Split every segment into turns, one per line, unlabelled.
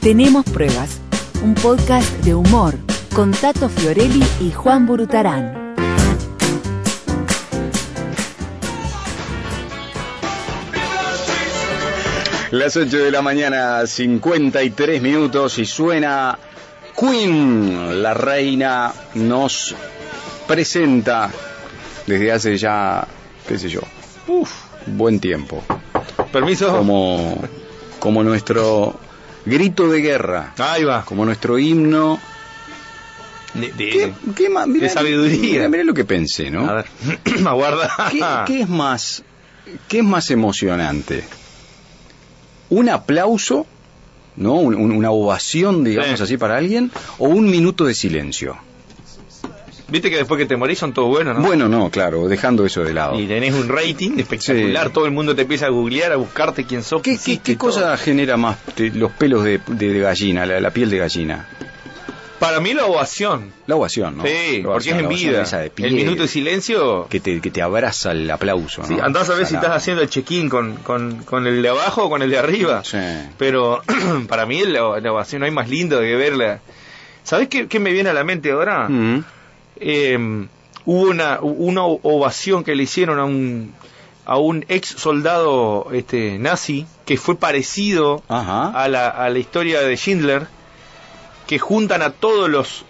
Tenemos pruebas. Un podcast de humor con Tato Fiorelli y Juan Burutarán.
Las 8 de la mañana, 53 minutos y suena Queen, la reina nos presenta desde hace ya, qué sé yo, uf, buen tiempo,
Permiso.
como, como nuestro grito de guerra,
Ahí va.
como nuestro himno.
De, de-
¿Qué, qué más? Mirá-
de Eh, sabiduría.
Mirá, mirá lo que pensé, ¿no?
A ver. Aguarda.
¿Qué, qué es más, ¿Qué es más emocionante? ¿Un aplauso, no, Un- un- una ovación, digamos
Sí.
así, para alguien, o un minuto de silencio?
Viste que después que te morís son todos buenos, ¿no?
Bueno, no, claro, dejando eso de lado.
Y tenés un rating espectacular.
Sí.
Todo el mundo te empieza a googlear, a buscarte quién sos.
¿Qué, qué-
hiciste
qué
y todo.
cosa genera más te- los pelos de, de gallina, la, la piel de gallina?
Para mí la ovación.
La ovación, ¿no?
sí,
La
porque es
ovación,
en
la ovación
vida.
esa de
el
pie,
minuto de silencio.
que te, que te abraza el aplauso,
Sí,
¿no?
andás a ver si estás
Salado.
haciendo el check-in con, con, con el de abajo o con el de arriba.
Sí.
Pero para mí la, la ovación no hay más lindo que verla. ¿Sabés qué, qué me viene a la mente ahora?
Mm.
eh, hubo una, una ovación que le hicieron a un, a un ex soldado este, nazi que fue parecido
Ajá.
a la, a la historia de Schindler, que juntan a todos los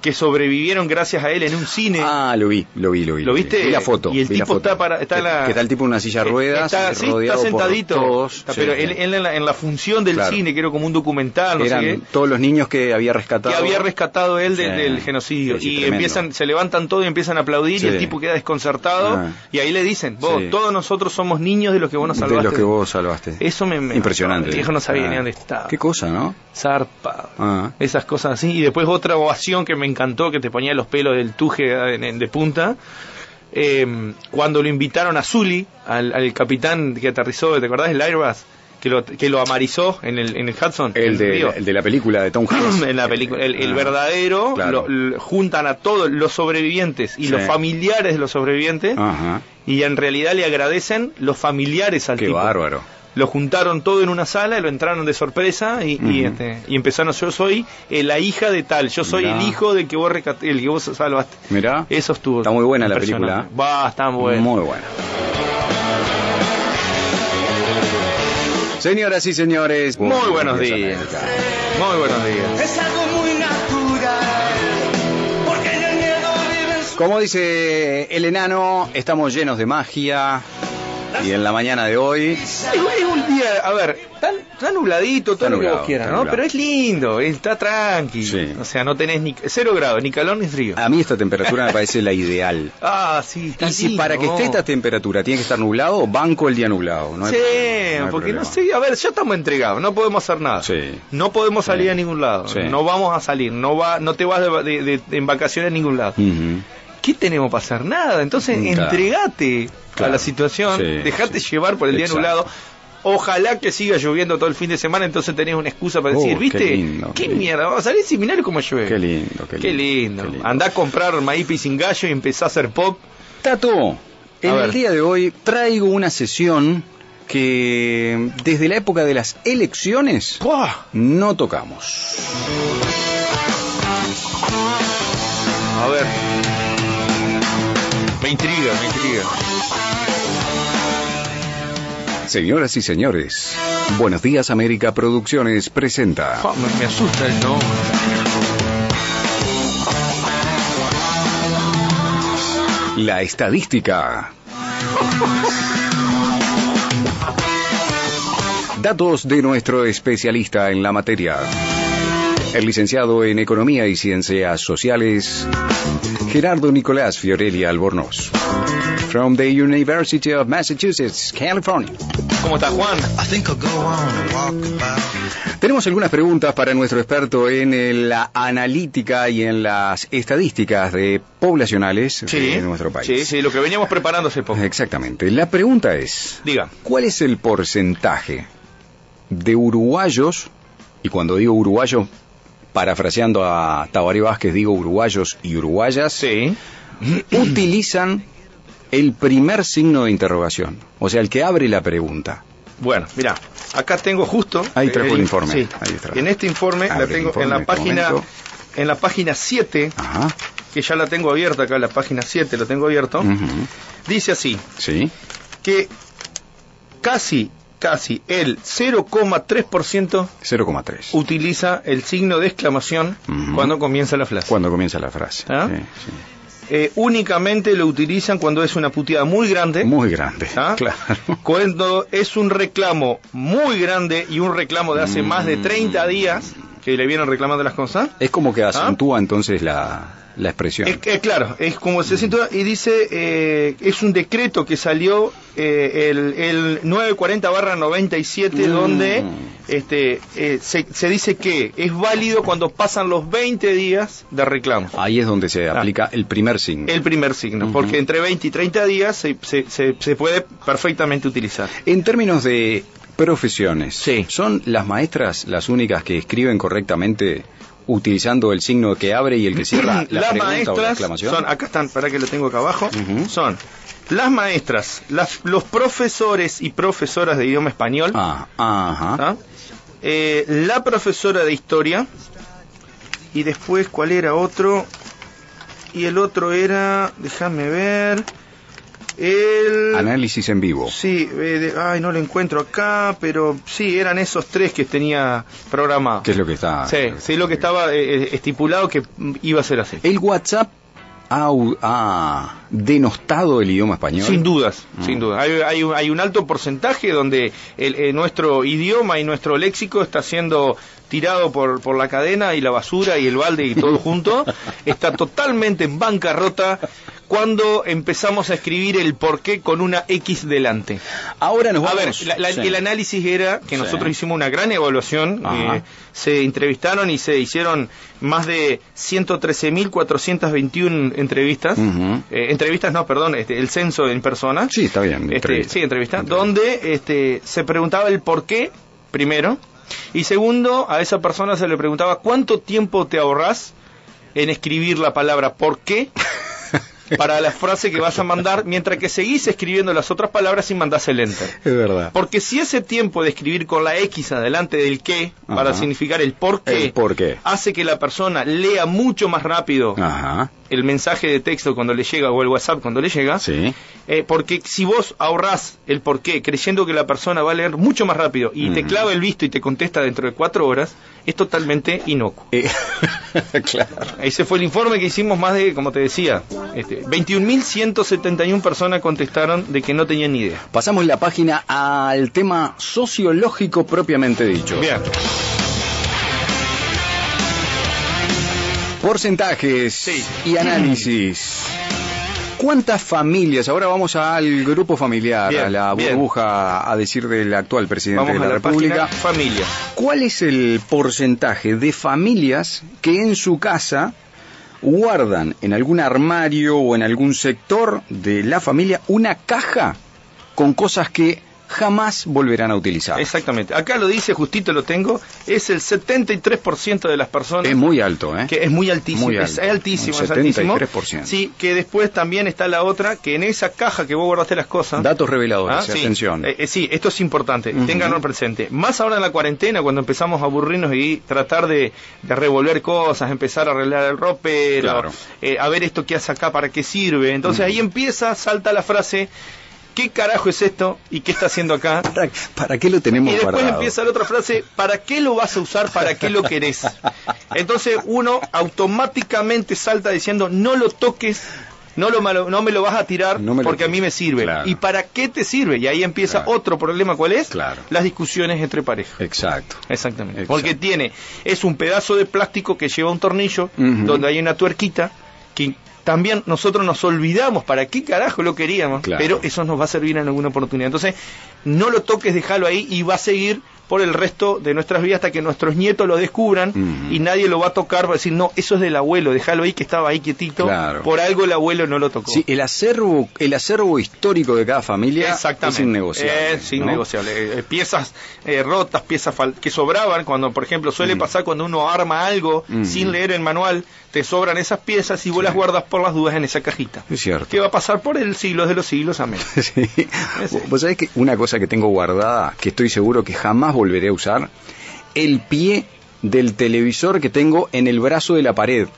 que sobrevivieron gracias a él en un cine.
Ah, lo vi, lo vi, lo vi.
¿Lo
vi.
viste?
Vi la foto.
Y el
vi la
tipo
foto.
está para- está
que,
en la-
que está el tipo en una silla de ruedas,
Eh, está, así, está
rodeado por
sentadito,
todos.
Está-
Sí,
pero
sí.
él, él en, la, en la función del
Claro.
cine, que era como un documental, no sé
eran
qué,
todos los niños que había
que
rescatado.
había rescatado él del,
Sí.
del genocidio.
Sí, sí,
y
tremendo.
empiezan, se levantan todos y empiezan a aplaudir
Sí.
y el tipo queda desconcertado.
Ah.
Y ahí le dicen, vos,
Sí.
todos nosotros somos niños de los que vos nos salvaste.
de los que vos salvaste.
Eso me, me-
Impresionante.
El viejo no sabía
Ah.
ni dónde estaba.
Qué cosa, ¿no?
Zarpado.
Ah.
Esas cosas así. Y después otra ovación que me encantó, que te ponía los pelos del tuje en- en- de punta. eh, cuando lo invitaron a Zully, al, al capitán que aterrizó, ¿te acordás? El Airbus, que lo, que lo amarizó en el, en el Hudson. en
El de,
río.
el de la película de Tom Hanks.
en la película, el, el
Ah.
verdadero,
Claro.
lo- lo- juntan a todos los sobrevivientes y
Sí. Ah.
los familiares de los sobrevivientes
Ajá.
y en realidad le agradecen los familiares al
Qué
tipo.
bárbaro.
Lo juntaron todo en una sala, y lo entraron de sorpresa y, y,
Ujú.
este, y empezaron, yo soy eh, la hija de tal, yo soy
Mirá.
el hijo del que vos recat- el que vos salvaste.
Mirá.
Eso estuvo.
Está muy buena la
impresionante.
película, ¿eh?
Va, está buena.
Muy buena. Señoras y señores.
Muy buenos
América.
Muy buenos días.
Es algo muy natural, porque en el miedo viven su...
Como dice el enano, estamos llenos de magia. Y en la mañana de hoy.
Es, es un día, a ver, tan, tan nubladito,
Está
todo lo que
nublado,
vos quieras,
está
¿no?
nublado.
Pero es lindo, está tranqui.
Sí.
O sea, no tenés ni cero grados, ni calor ni frío.
A mí esta temperatura me parece la ideal.
Ah, sí, está
Y si
lindo.
para que esté esta temperatura tiene que estar nublado, banco el día nublado. No hay-
sí,
no hay
porque
problema.
no sé, a ver, ya estamos entregados, no podemos hacer nada.
Sí.
No podemos salir
Sí.
a ningún lado,
Sí.
no vamos a salir, no va, no te vas de, de- de- en vacaciones a ningún lado.
Ujú.
¿Qué tenemos para hacer? Nada, entonces
Claro.
entregate
Claro.
a la situación,
Sí,
dejate
sí.
llevar por el día
Exacto.
nublado. Ojalá que siga lloviendo todo el fin de semana, entonces tenés una excusa para decir,
Oh, qué
¿viste?
lindo, qué
¿Qué
lindo.
mierda? Vamos a salir sin mirar cómo llueve.
Qué lindo, qué lindo.
Qué lindo.
qué lindo.
Andá a comprar maíz sin gallo y empezá a hacer pop.
Tato, en el
ver.
día de hoy traigo una sesión que desde la época de las elecciones
¡Puah!
no tocamos.
A ver. Me intriga, me intriga.
Señoras y señores, Buenos Días América Producciones presenta
Pa, Ah, me, me asusta el no.
La Estadística. Datos de nuestro especialista en la materia, el licenciado en Economía y Ciencias Sociales, Gerardo Nicolás Fiorelli Albornoz. From the University of Massachusetts, California.
¿Cómo está Juan?
I think I'll go on and walk about.
Tenemos algunas preguntas para nuestro experto en eh, la analítica y en las estadísticas de poblacionales de nuestro país. Eh,
Sí, sí, lo que veníamos preparando hace poco.
Exactamente. La pregunta es,
Diga.
¿cuál es el porcentaje de uruguayos, y cuando digo uruguayos, parafraseando a Tabaré Vázquez, digo uruguayos y uruguayas,
Sí.
utilizan el primer signo de interrogación, o sea, el que abre la pregunta?
Bueno, mira. Acá tengo justo.
Ahí trajo el informe.
sí.
Ahí está.
En este informe
Abre
la
el
tengo
informe
en la
en este
página
momento.
en la página 7,
Ajá.
que ya la tengo abierta acá, la página 7 la tengo abierto.
Ujú.
Dice así,
Sí.
que casi casi el 0,3%
0,3.
utiliza el signo de exclamación
Ujú.
cuando comienza la frase.
Cuando comienza la frase.
¿Ah?
Sí, sí.
Eh, únicamente lo utilizan cuando es una puteada muy grande.
Muy grande.
¿Ah?
Claro.
Cuando es un reclamo muy grande y un reclamo de hace más de
Mm.
30 días que le vienen reclamando las cosas.
Es como que acentúa entonces la, la expresión.
¿Ah? Es, es claro, es como se siente y dice, eh, es un decreto que salió eh, el, el 940 barra 97
Mm.
donde este, eh, se, se dice que es válido cuando pasan los 20 días de reclamo.
Ahí es donde se
Ah.
aplica el primer signo.
El primer signo,
Ah. Ujú.
porque entre 20 y 30 días se, se- se- se puede perfectamente utilizar.
En términos de profesiones,
Sí.
¿son las maestras las únicas que escriben correctamente utilizando el signo que abre y el que cierra la
las
pregunta o la
maestras
exclamación?
son, acá están, para que lo tengo acá abajo,
Ujú.
son las maestras, las- los profesores y profesoras de idioma español,
Ah, ajá.
¿ah? Eh, la profesora de historia, y después, ¿cuál era otro? Y el otro era, déjame ver, el...
Análisis en vivo.
Sí, eh, de- ay, no lo encuentro acá, pero sí, eran esos tres que tenía programado.
¿Qué es lo que está?
sí, sí, lo que estaba eh, eh, estipulado que mm, iba a ser así.
¿El WhatsApp ha, u- ha denostado el idioma español?
Sin dudas,
Mm.
sin duda. Hay, hay un- hay un alto porcentaje donde el- eh, nuestro idioma y nuestro léxico está siendo tirado por, por la cadena y la basura y el balde y todo junto. Está totalmente en bancarrota cuando empezamos a escribir el porqué con una X delante.
Ahora nos
A ver,
vamos.
la- la-
Sí.
el análisis era que
Sí.
nosotros hicimos una gran evaluación,
Ajá.
eh, se entrevistaron y se hicieron más de 113.421 entrevistas,
Ujú.
Eh, entrevistas no, perdón, este, el censo en persona,
Sí, está bien.
Este,
entrevista.
sí, entrevistas,
Entrevista.
donde este, se preguntaba el por qué, primero, y segundo, a esa persona se le preguntaba cuánto tiempo te ahorras en escribir la palabra por qué para la frase que vas a mandar, mientras que seguís escribiendo las otras palabras y mandás el enter.
Es verdad.
Porque si ese tiempo de escribir con la X adelante del qué,
Ajá.
para significar el por qué,
El por qué. Ah.
hace que la persona lea mucho más rápido
Ajá.
el mensaje de texto cuando le llega o el WhatsApp cuando le llega.
Sí.
Eh, porque si vos ahorrás el por qué creyendo que la persona va a leer mucho más rápido y te
Ujú.
clava el visto y te contesta dentro de cuatro horas, es totalmente inocuo.
Eh, claro.
Ese fue el informe que hicimos más de, como te decía, este, 21.171 personas contestaron de que no tenían ni idea.
Pasamos la página al tema sociológico propiamente dicho.
Bien.
Porcentajes
Sí.
y análisis. ¿Cuántas familias? Ahora vamos al grupo familiar,
Bien,
a la
bien.
burbuja, a decir del actual presidente
Vamos
de
a
la,
la
República.
página familia.
¿Cuál es el porcentaje de familias que en su casa guardan en algún armario o en algún sector de la familia una caja con cosas que jamás volverán a utilizar?
Exactamente. Acá lo dice, justito lo tengo, es el 73% de las personas.
Es muy alto, ¿eh?
que es muy altísimo,
Muy
es
alto, un
altísimo, es
73%.
altísimo. Sí, que después también está la otra, que en esa caja que vos guardaste las cosas.
Datos reveladores,
Ah, sí.
atención.
Eh, eh, sí, esto es importante,
Ujú.
ténganlo presente. Más ahora en la cuarentena, cuando empezamos a aburrirnos y tratar de, de revolver cosas, empezar a arreglar el ropero,
Claro.
eh, a ver esto que hace acá, para qué sirve. Entonces ahí empieza, salta la frase, ¿qué carajo es esto y qué está haciendo acá?
¿Para, para qué lo tenemos
Y después
guardado?
empieza la otra frase, ¿para qué lo vas a usar? ¿Para qué lo querés? Entonces uno automáticamente salta diciendo, no lo toques, no, lo malo- no me lo vas a tirar
No me lo
porque a mí
toques.
me sirve.
Claro.
¿Y para qué te sirve? Y ahí empieza
Claro.
otro problema, ¿cuál es?
Claro.
Las discusiones entre parejas.
Exacto.
Exactamente.
Exacto.
Porque tiene, es un pedazo de plástico que lleva un tornillo,
Ujú.
donde hay una tuerquita, que también nosotros nos olvidamos para qué carajo lo queríamos,
Claro.
pero eso nos va a servir en alguna oportunidad. Entonces, no lo toques, déjalo ahí y va a seguir por el resto de nuestras vidas hasta que nuestros nietos lo descubran
Ujú.
y nadie lo va a tocar para decir, no, eso es del abuelo, déjalo ahí que estaba ahí quietito,
Claro.
por algo el abuelo no lo tocó.
Sí, el acervo, el acervo histórico de cada familia es
Exactamente.
innegociable.
Es
¿no?
innegociable. Eh, eh, piezas eh, rotas, piezas fal- que sobraban, cuando, por ejemplo, suele pasar cuando uno arma algo
Mm.
sin leer el manual, te sobran esas piezas y vos las guardas por las dudas en esa cajita.
Es cierto.
Que va a pasar por el siglo de los siglos, amén.
Sí. Vos sabés que una cosa que tengo guardada, que estoy seguro que jamás volveré a usar, el pie del televisor que tengo en el brazo de la pared.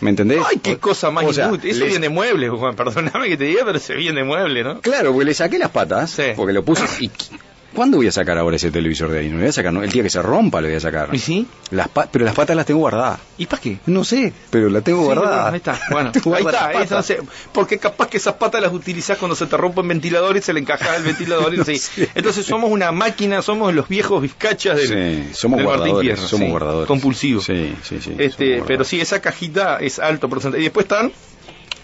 ¿Me entendés?
Ay, qué cosa más
O sea,
inútil. Eso
les-
viene de mueble, Juan. Perdóname que te diga, pero se viene de mueble, ¿no?
Claro, porque le saqué las patas,
Sí.
porque lo puse. ¿Y qu- cuándo voy a sacar ahora ese televisor de ahí? No lo voy a sacar, no, el día que se rompa lo voy a sacar.
¿Y sí?
Las pa- pero las patas las tengo guardadas.
¿Y para qué?
No sé, pero las tengo
Sí,
guardadas.
bueno, ahí está, bueno,
Tengo
ahí
guardadas
está,
las patas.
entonces, porque capaz que esas patas las utilizás cuando se te rompe un ventilador y se le encaja el ventilador, y
No
sí.
sé.
entonces somos una máquina, somos los viejos vizcachas del,
Sí, somos
del Martín
guardadores,
Fierro,
somos
sí,
guardadores.
compulsivos.
Sí, sí, sí. somos
Este,
guardadores.
pero sí, esa cajita es alto porcentaje. Y después están,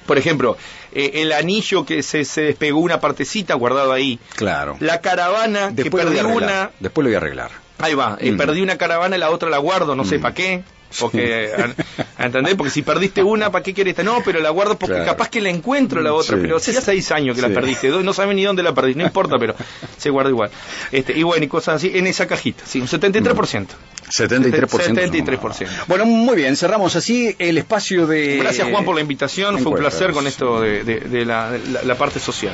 por ejemplo, eh, el anillo que se, se despegó una partecita guardado ahí.
Claro.
La caravana
Después lo
que
voy a
perdió
arreglar,
una.
Después lo voy a arreglar.
Ahí va, eh,
Mm.
perdí una caravana, la otra la guardo, no sé
Mm.
para qué. Porque, a- ¿entendés? Porque si perdiste una, ¿para qué quieres esta? No, pero la guardo porque
Claro.
capaz que la encuentro la otra.
Sí.
Pero hace seis años que
Sí.
la perdiste, dos- no sabes ni dónde la perdí, no importa, pero se guarda igual. Este, y bueno, y cosas así, en esa cajita, sí, un 73%.
Mm. 73%.
73%.
Bueno, muy bien, cerramos así el espacio de...
Gracias Juan por la invitación, fue un
Eh, encuestas.
placer con esto de, de- de la, de la- la parte social.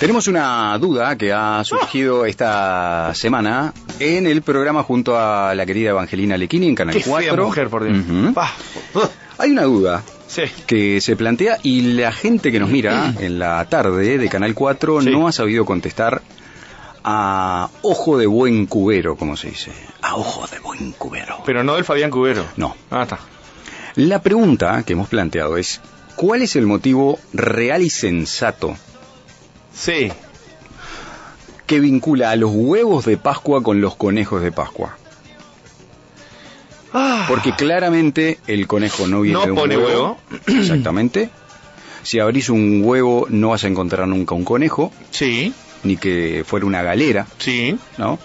Tenemos una duda que ha
Ah.
surgido esta semana en el programa junto a la querida Evangelina Lequini en Canal
Qué
4.
fea mujer, por Dios.
Ujú.
Pa. Ugh.
Hay una duda
Sí.
que se plantea y la gente que nos mira en la tarde de Canal 4
Sí.
no ha sabido contestar a ojo de buen cubero, como se dice. A ojo de buen cubero.
Pero no del Fabián Cubero.
No.
Ah, está.
La pregunta que hemos planteado es, ¿cuál es el motivo real y sensato
Sí.
que vincula a los huevos de Pascua con los conejos de Pascua?
Ah.
Porque claramente el conejo no viene
No
de un
pone huevo.
Exactamente. Si abrís un huevo no vas a encontrar nunca un conejo,
Sí,
ni que fuera una galera,
sí.
¿no?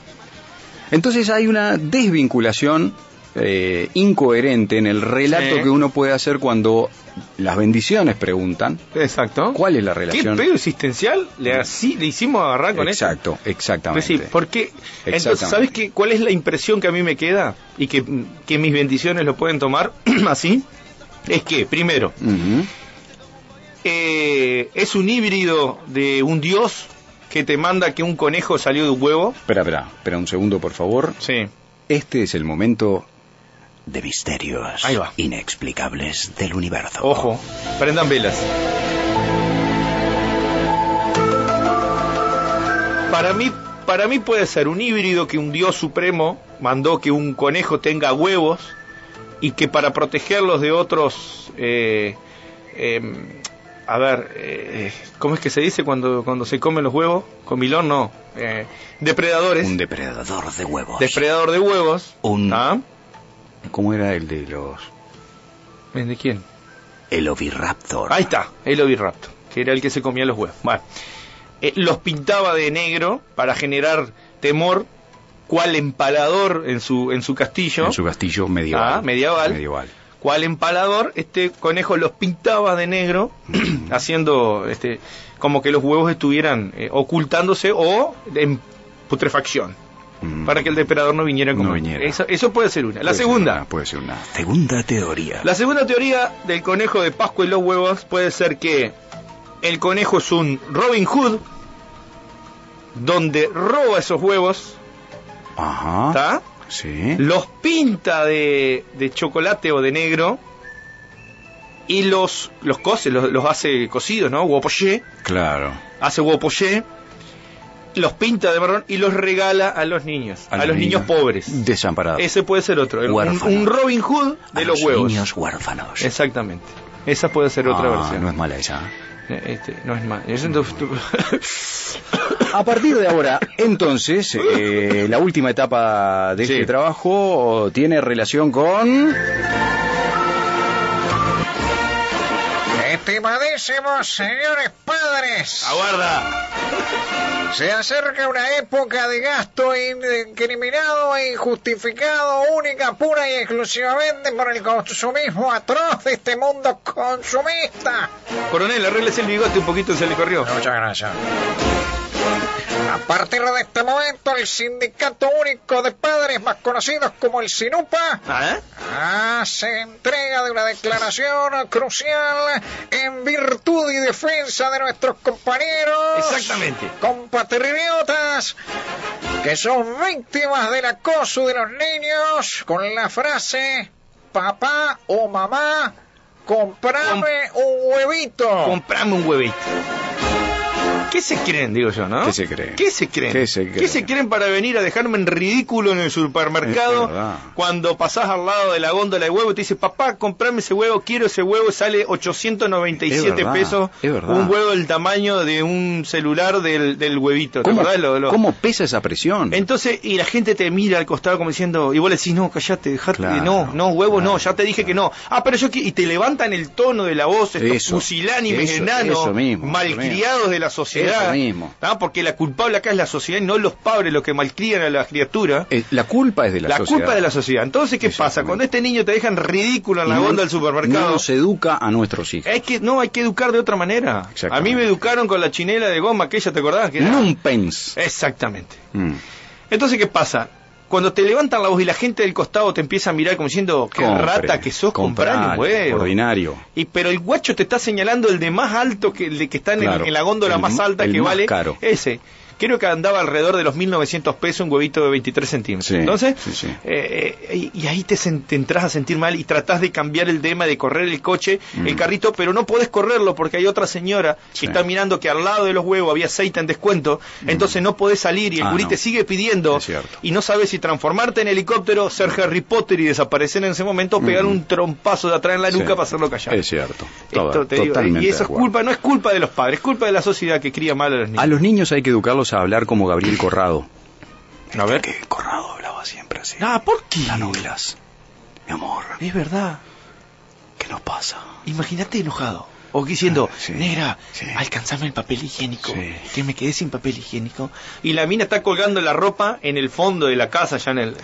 Entonces hay una desvinculación eh, incoherente en el relato
Sí.
que uno puede hacer cuando las bendiciones preguntan
Exacto.
cuál es la
¿Qué
relación.
pedo existencial le, así, le hicimos agarrar con eso?
Exacto, exactamente.
Es decir, ¿por qué? Entonces,
Exactamente.
¿sabes qué, cuál es la impresión que a mí me queda? Y que, que mis bendiciones lo pueden tomar así. Es que, primero,
Ujú.
eh, es un híbrido de un dios que te manda que un conejo salió de un huevo.
Espera, espera, espera un segundo, por favor.
Sí.
Este es el momento de misterios
Ahí va.
inexplicables del universo.
Ojo, prendan velas. Para mí, para mí puede ser un híbrido que un dios supremo mandó que un conejo tenga huevos y que para protegerlos de otros, eh, eh, a ver, eh, ¿cómo es que se dice cuando cuando se comen los huevos? Comilón, no, eh, depredadores,
Un depredador de huevos.
depredador de huevos.
Un-
¿Ah?
¿Cómo era el de los...
¿De quién?
El oviraptor?
Ahí está, el oviraptor, que era el que se comía los huevos. Bueno, eh, los pintaba de negro para generar temor, cual empalador en su, en su castillo,
En su castillo medieval.
Ah, medieval.
Medieval.
cual empalador, este conejo los pintaba de negro,
Mm.
haciendo este, como que los huevos estuvieran eh, ocultándose o en putrefacción,
Mm.
para que el depredador no viniera como
No viniera.
Eso, eso puede ser una. La
Puede ser
segunda.
una- puede ser una segunda teoría.
La segunda teoría del conejo de Pascua y los huevos puede ser que el conejo es un Robin Hood donde roba esos huevos,
Ajá.
¿tá?
Sí.
los pinta de, de chocolate o de negro y los, los cose, los, los hace cocidos, ¿no? Huevo poché,
Claro.
hace huevo poché, los pinta de marrón y los regala a los niños, a, los niños, pobres.
Desamparados.
Ese puede ser otro, un,
Huérfanos.
un Robin Hood de
A
los, huevos.
niños huérfanos.
Exactamente. Esa puede ser otra
Ah,
versión.
No es mala esa.
Eh, Este, no es mal. Eso entonces tú-
A partir de ahora, entonces, eh, la última etapa de
Sí.
este trabajo tiene relación con. Este
Estimadísimos señores padres,
Aguarda.
se acerca una época de gasto incriminado e injustificado, única, pura y exclusivamente por el consumismo atroz de este mundo consumista.
Coronel, arregles el bigote un poquito, se le corrió.
Muchas gracias. A partir de este momento, el Sindicato Único de Padres, más conocidos como el SINUPA,
¿Ah, eh?
hace entrega de una declaración crucial en virtud y defensa de nuestros compañeros.
Exactamente.
Compatriotas que son víctimas del acoso de los niños con la frase papá o mamá, comprame un huevito.
Comprame un huevito. ¿Qué se creen, digo yo, no?
¿Qué se creen?
¿Qué se creen?
¿Qué se creen?
para venir a dejarme en ridículo en el
Es
supermercado
verdad.
cuando pasás al lado de la góndola de huevo y te dice, papá, comprame ese huevo, quiero ese huevo, sale 897
Es verdad,
pesos
es verdad.
un huevo del tamaño de un celular del, del huevito. ¿Te
¿Cómo,
acordás? Lo- lo-
cómo pesa esa presión?
Entonces, y la gente te mira al costado como diciendo, y vos le decís, no, callate, dejate,
Claro,
no, no, huevo, no,
claro,
ya te dije que no. Ah, pero yo, qui- y te levantan el tono de la voz, estos
Eso,
pusilánimes
eso,
enanos,
eso mismo, eso
malcriados de la sociedad.
Eso mismo.
Ah, Porque la culpable acá es la sociedad y no los padres los que malcrían a las criaturas.
Eh, la culpa es de la,
La,
sociedad.
culpa es de la sociedad. Entonces, ¿qué pasa?
Exactamente.
Cuando este niño te dejan ridículo en la
Y no-
onda del supermercado,
No nos educa a nuestros hijos.
hay que, no, hay que educar de otra manera. A mí
Exactamente.
me educaron con la chinela de goma aquella, ¿te acordás? Que era-
Nun pens.
Exactamente.
Mm.
Entonces, ¿qué pasa? Cuando te levantan la voz y la gente del costado te empieza a mirar como diciendo, qué
Compre,
rata que sos, comprar un
comprale,
huevo.
Ordinario.
Y, pero el guacho te está señalando el de más alto, que, el de que está en, el-
Claro,
en la góndola
el
más
ma-
alta
el
que
más
vale.
caro.
Ese. Creo que andaba alrededor de los 1.900 pesos un huevito de 23 centímetros.
Sí,
Entonces,
sí, sí.
eh, eh, y, y ahí te, sen- te entras a sentir mal y tratás de cambiar el tema, de correr el coche, el carrito, pero no podés correrlo porque hay otra señora que
Mm. Sí. Mm.
está mirando que al lado de los huevos había aceite en descuento, entonces no podés salir y el
Ah,
gurí
no.
te sigue pidiendo
Es cierto. Mm.
y no sabes si transformarte en helicóptero, ser Harry Potter y desaparecer en ese momento o pegar un trompazo de atrás en la nuca
Sí.
para hacerlo callar.
Es cierto.
Esto
Toda-
te digo,
totalmente
y eso
de
es
acuerdo.
culpa, no es culpa de los padres, es culpa de la sociedad que cría mal a los niños.
A los niños hay que educarlos a hablar como Gabriel Corrado.
A ver.
Corrado hablaba siempre así.
Ah, ¿por qué?
novelas. Mi amor,
Es verdad.
¿qué nos pasa?
Imagínate enojado. O diciendo,
Ah, Sí,
negra,
sí.
alcanzame el papel higiénico,
Sí.
que me quedé sin papel higiénico. Y la mina está colgando la ropa en el fondo de la casa, ya en el...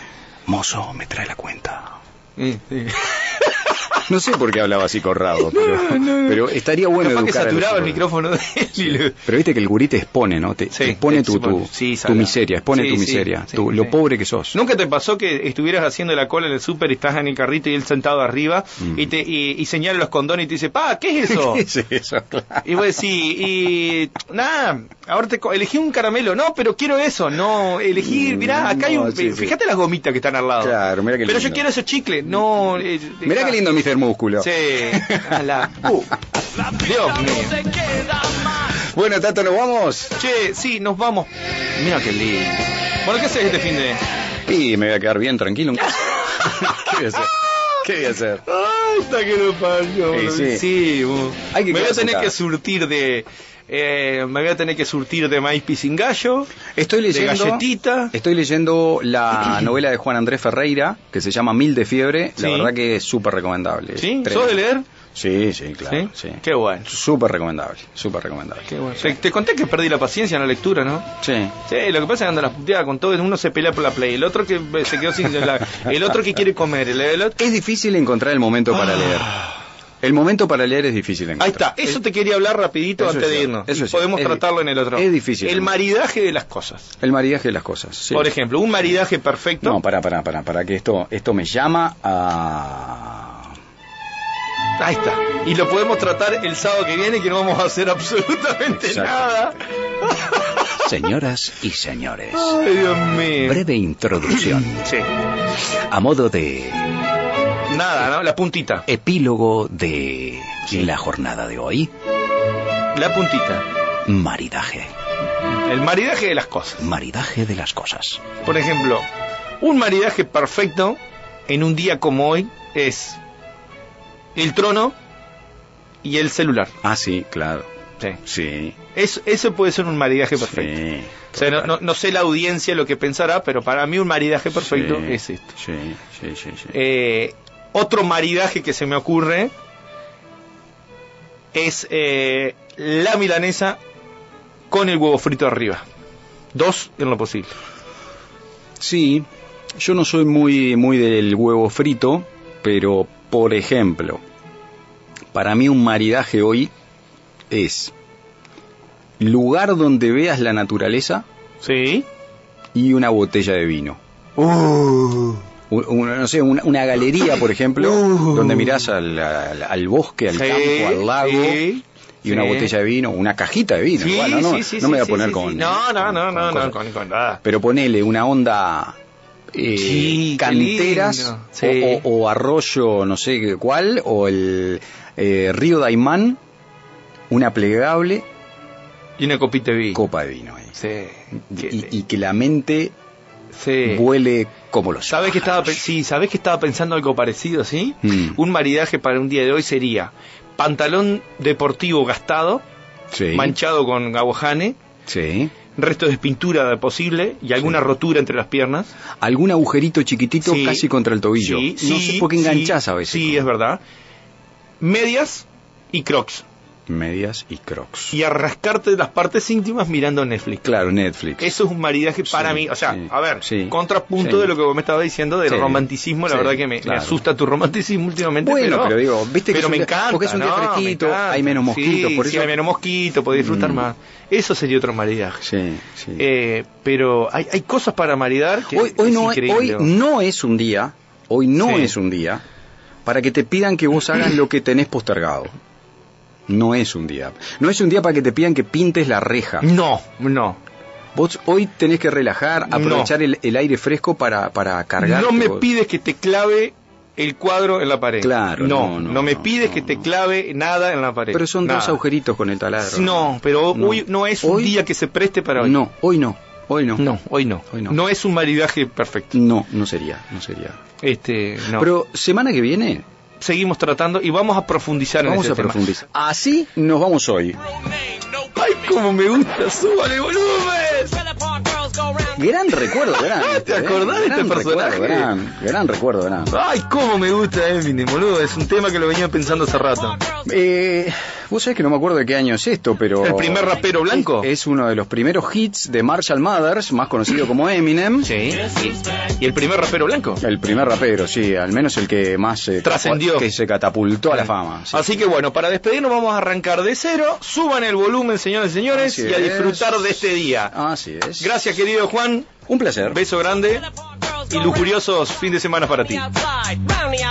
Mozo, me trae la cuenta.
Mm, sí.
No sé por qué hablaba así Corrado, pero, pero estaría bueno
Capaz que
educar a los
saturaba el
hijos.
micrófono de él. y le-
Pero viste que el gurí te expone, ¿no? Te,
Sí,
te expone
te
tu, tu,
expone. Sí,
tu
salado.
miseria, expone
Sí,
tu
sí,
miseria,
sí,
tu-
sí.
lo pobre que sos.
¿Nunca te pasó que estuvieras haciendo la cola en el súper y estás en el carrito y él sentado arriba
Mm.
y, te, y, y señala los condones y te dice, pa, ¿qué es eso?
¿Qué es eso? Claro.
Y vos decís, y nada, ahora te co- elegí un caramelo, no, pero quiero eso, no, elegí,
Mm,
mirá, acá hay un, eh,
no, sí, sí.
fíjate las gomitas que están al lado.
Claro, mirá qué
Pero
lindo.
yo quiero ese chicle, no. eh,
Mirá
dejá.
qué lindo Mr. Músculo.
Sí, a la- uh, Dios mío.
Bueno, Tato, ¿nos vamos?
Che, sí, nos vamos. Mira qué lindo. Bueno, ¿qué haces este fin de...?
Y me voy a quedar bien tranquilo en casa. ¿Qué voy a hacer? ¿Qué voy a hacer?
Ay, Hasta que lo parió.
Sí,
boludo.
sí.
vos.
Hay que
me voy a
quedarse en
tener que
casa.
surtir de eh, me voy a tener que surtir de maíz pisingallo.
Estoy
De
leyendo,
galletita.
Estoy leyendo la novela de Juan Andrés Ferreira, que se llama Mil de Fiebre.
Sí.
La verdad que es súper recomendable.
¿Sí?
Tremendo.
¿Sos de leer?
Sí, sí, claro.
¿Sí?
¿Sí?
Qué bueno.
Súper recomendable, súper recomendable.
Te, te conté que perdí la paciencia en la lectura, ¿no?
Sí.
Sí, lo que pasa es que anda la puteada con todo, uno se pelea por la play, el otro que se quedó sin la- el otro que quiere comer, el, el otro...
Es difícil encontrar el momento para leer. El momento para leer es difícil de
Ah. Ahí
encontrar.
está, eso te quería hablar rapidito
Eso
antes
es
de
cierto,
irnos.
eso
Y
es cierto.
podemos
Es-
tratarlo en el otro.
es difícil.
El maridaje de las cosas.
El maridaje de las cosas. sí.
Por ejemplo, un maridaje perfecto.
No, para, para, para, para que esto, esto me llama a.
Ahí está. Y lo podemos tratar el sábado que viene, que no vamos a hacer absolutamente
Exacto.
nada.
Señoras y señores,
Ay, Dios mío.
breve introducción
Sí.
a modo de
Nada, ¿no? La puntita.
epílogo de la jornada de hoy,
La puntita.
maridaje,
El maridaje de las cosas.
maridaje de las cosas.
Por ejemplo, un maridaje perfecto en un día como hoy es el trono y el celular.
Ah, sí, claro.
Sí.
Sí.
Eso, eso puede ser un maridaje perfecto.
Sí.
O sea, no, no- no sé la audiencia lo que pensará, pero para mí un maridaje perfecto
Sí,
es esto.
Sí, sí, sí. sí.
Eh, otro maridaje que se me ocurre es eh, la milanesa con el huevo frito arriba. Dos en lo posible.
Sí, yo no soy muy, muy del huevo frito, pero por ejemplo, para mí un maridaje hoy es lugar donde veas la naturaleza
Sí.
y una botella de vino. Uh. Un- un- no sé, una, una galería, por ejemplo, donde mirás al, al- al bosque, al
Uh. Sí,
campo, al lago.
sí,
Y una
sí.
botella de vino, una cajita de vino.
Sí,
igual, no, no,
sí, sí,
no me voy
sí,
a
sí,
poner
sí,
con.
sí. No, no,
con-
no,
con
no,
cosas.
no, con, con nada.
pero ponele una onda eh,
Sí, qué
canteras
lindo. Sí.
o, o- o arroyo no sé cuál o el eh, río Daimán una plegable
Y una copita de vino.
copa de vino ahí.
Sí.
Y, y que la mente
Sí.
vuele como los
¿Sabes que estaba, pe-
pájaros.
sí, sabés que estaba pensando algo parecido, ¿sí?
Mm.
Un maridaje para un día de hoy sería pantalón deportivo gastado,
Sí,
manchado con aguajane,
sí.
restos de pintura posible y alguna rotura entre las piernas.
algún agujerito chiquitito
Sí.
casi contra el tobillo
Sí,
no
sí,
sé por qué
sí,
enganchás a veces
Sí, es verdad. Medias y crocs.
medias y crocs
Y arrascarte de las partes íntimas mirando Netflix.
claro Netflix
Eso es un maridaje para
Sí,
mí. O sea,
sí,
a ver,
sí,
contrapunto
sí.
de lo que vos me estabas diciendo del
Sí,
romanticismo. La
sí,
verdad que me, me
claro.
asusta tu romanticismo últimamente.
Bueno, pero digo, viste que
pero
es un
me
día-
encanta.
porque es un día
no, me
fresquito,
encanta.
hay menos mosquitos,
Sí,
por
sí,
eso-
hay menos mosquitos, podés disfrutar
Mm.
más. Eso sería otro maridaje.
sí, sí.
Eh, pero hay, hay cosas para maridar que
hoy, hoy
es
no,
increíble.
hoy no es un día, hoy no
Sí.
es un día para que te pidan que vos hagas lo que tenés postergado. No es un día. No es un día para que te pidan que pintes la reja.
No, no.
Vos hoy tenés que relajar,
No.
aprovechar el, el aire fresco para, para cargar.
No me pides que te clave el cuadro en la pared.
Claro, no,
No, no,
no,
me
no,
pides
no,
que te
no.
clave nada en la pared.
Pero son dos
Nada.
agujeritos con el taladro.
No, pero hoy no es un
Hoy-
día que se preste para hoy.
No, hoy no. Hoy no.
No, hoy no.
Hoy no.
no. es un maridaje perfecto.
No, no sería, no sería.
Este, no.
Pero semana que viene
seguimos tratando y vamos a profundizar en
vamos
ese
a
tema.
profundizar. Así nos vamos hoy.
Ay, cómo me gusta, súbale volumen.
Gran recuerdo, gran. ¿eh?
¿Te acordás de
gran
este
recuerdo,
personaje?
gran, gran recuerdo, gran.
Ay, cómo me gusta Eminem, boludo, es un tema que lo venía pensando hace rato.
Eh, Vos sabés que no me acuerdo de qué año es esto, pero.
¿El primer rapero blanco?
Es, es uno de los primeros hits de Marshall Mathers, más conocido como Eminem.
Sí. Y el primer rapero blanco.
El primer rapero, sí, al menos el que más. eh,
Trascendió.
Que se catapultó a la fama. sí.
Así que bueno, para despedirnos vamos a arrancar de cero. Suban el volumen, señores y señores,
Así
y a
es. Ah.
disfrutar de este día.
Así es.
Gracias, querido Juan.
Un placer.
Beso grande y lujuriosos fin de semana para ti.
Outside, round the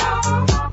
outside.